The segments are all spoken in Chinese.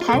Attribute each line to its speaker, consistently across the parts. Speaker 1: 台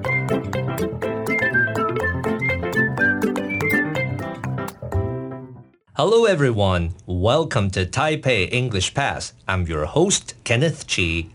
Speaker 2: Hello, everyone. Welcome to Taipei English Pass. I'm your host, Kenneth Chi.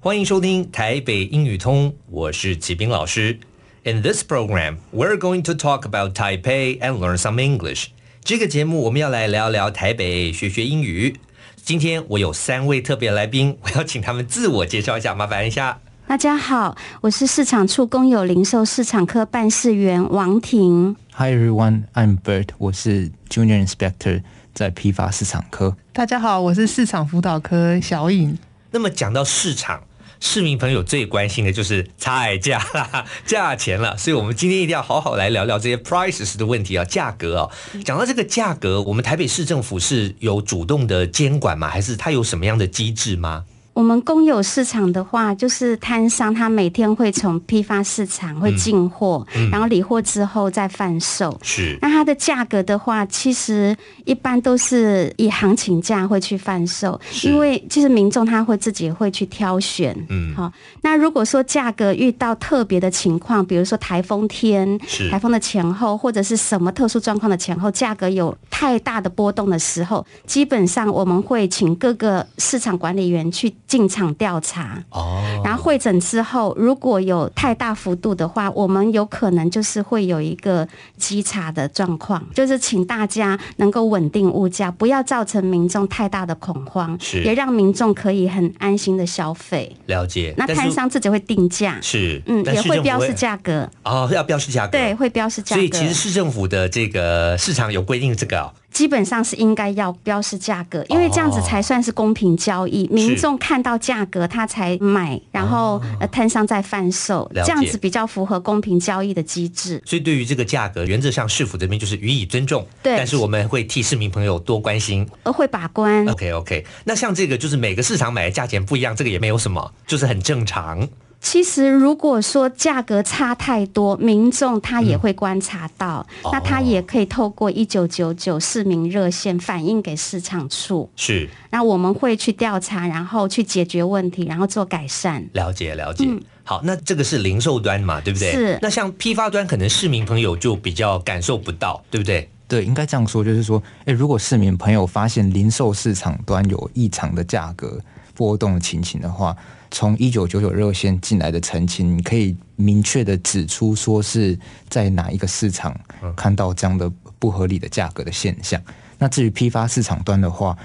Speaker 2: 欢迎收听台北英语通，我是齐斌老师。In this program, we're going to talk about Taipei and learn some English. 这个节目我们要来聊聊台北，学学英语。今天我有三位特别来宾，我要请他们自我介绍一下，麻烦一下。
Speaker 3: 大家好，我是市场处公有零售市场科办事员王婷。
Speaker 4: Hi everyone, I'm Bert，我是 Junior Inspector 在批发市场科。
Speaker 5: 大家好，我是市场辅导科小颖。
Speaker 2: 那么讲到市场，市民朋友最关心的就是菜价 啦、价钱了，所以我们今天一定要好好来聊聊这些 prices 的问题啊，价格啊。
Speaker 3: 嗯
Speaker 2: 讲到这个价格，我们台北市政府是有主动的监管吗？还是它有什么样的机制吗？
Speaker 3: 我们公有市场的话，就是摊商他每天会从批发市场会进货，然后理货之后再贩售。
Speaker 2: 是
Speaker 3: 那它的价格的话，其实一般都是以行情价会去贩售，
Speaker 2: 是
Speaker 3: 因为其实民众他会自己会去挑选。
Speaker 2: 嗯
Speaker 3: 好、那如果说价格遇到特别的情况，比如说台风天
Speaker 2: 是、
Speaker 3: 台风的前后，或者是什么特殊状况的前后，价格有太大的波动的时候，基本上我们会请各个市场管理员去进场调查。
Speaker 2: 哦，
Speaker 3: 然后会诊之后，如果有太大幅度的话，我们有可能就是会有一个稽查的状况，就是请大家能够稳定物价，不要造成民众太大的恐慌，
Speaker 2: 是
Speaker 3: 也让民众可以很安心的消费。
Speaker 2: 了解。
Speaker 3: 那
Speaker 2: 但是
Speaker 3: 摊商自己会定价，
Speaker 2: 是
Speaker 3: 嗯，
Speaker 2: 但
Speaker 3: 也
Speaker 2: 市政
Speaker 3: 会
Speaker 2: 府
Speaker 3: 标示价格，
Speaker 2: 哦，要标示价格
Speaker 3: 对，。会标示价
Speaker 2: 所
Speaker 3: 格。
Speaker 2: 以其实市政府的这个市场有规定这个、哦，
Speaker 3: 基本上是应该要标示价格，因为这样子
Speaker 2: 哦
Speaker 3: 才算是公平交易，民众看到价格他才买，然后呃摊商再贩售，
Speaker 2: 了解
Speaker 3: 这样子比较符合公平交易的机制。
Speaker 2: 所以对于这个价格，原则上市府这边就是予以尊重，
Speaker 3: 对
Speaker 2: 但是我们会替市民朋友多关心，
Speaker 3: 而会把关，
Speaker 2: OK OK，那像这个就是每个市场买的价钱不一样，这个也没有什么，就是很正常。
Speaker 3: 其实如果说价格差太多，民众他也会观察到，
Speaker 2: 哦
Speaker 3: 那他也可以透过一九九九市民热线反映给市场处，
Speaker 2: 是
Speaker 3: 那我们会去调查，然后去解决问题，然后做改善。
Speaker 2: 了解了解、好，那这个是零售端嘛，对不对？
Speaker 3: 是
Speaker 2: 那像批发端，可能市民朋友就比较感受不到，对不对？
Speaker 4: 对，应该这样说，就是说，诶，如果市民朋友发现零售市场端有异常的价格波动的情形的话，从一九九九热线进来的澄清，可以明确的指出说是在哪一个市场看到这样的不合理的价格的现象。那至于批发市场端的话，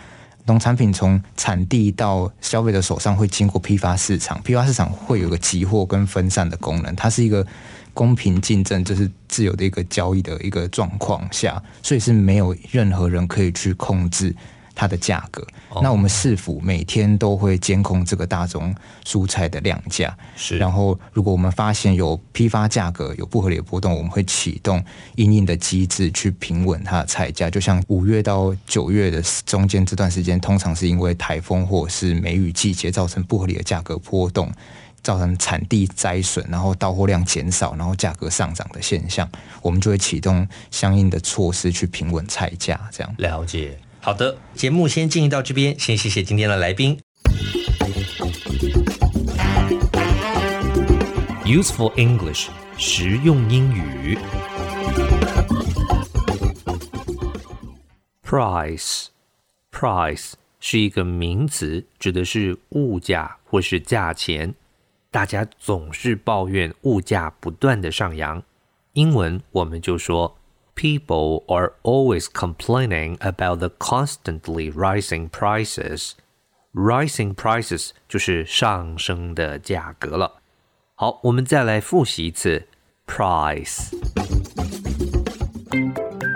Speaker 4: 农产品从产地到消费者手上会经过批发市场，批发市场会有个集货跟分散的功能，它是一个公平竞争，就是自由的一个交易的一个状况下，所以是没有任何人可以去控制它的价格。那我们市府每天都会监控这个大宗蔬菜的量价，
Speaker 2: 是
Speaker 4: 然后，如果我们发现有批发价格有不合理的波动，我们会启动因应的机制去平稳它的菜价。就像五月到九月的中间这段时间，通常是因为台风或是梅雨季节造成不合理的价格波动，造成产地灾损，然后到货量减少，然后价格上涨的现象，我们就会启动相应的措施去平稳菜价。这样，
Speaker 2: 了解。好的，节目先进行到这边，先谢谢今天的来宾。Useful English，实用英语。Price，price 是一个名词，指的是物价或是价钱。大家总是抱怨物价不断的上扬，英文我们就说，People are always complaining about the constantly rising prices。Rising prices 就是上升的价格了。好，我们再来复习一次 price。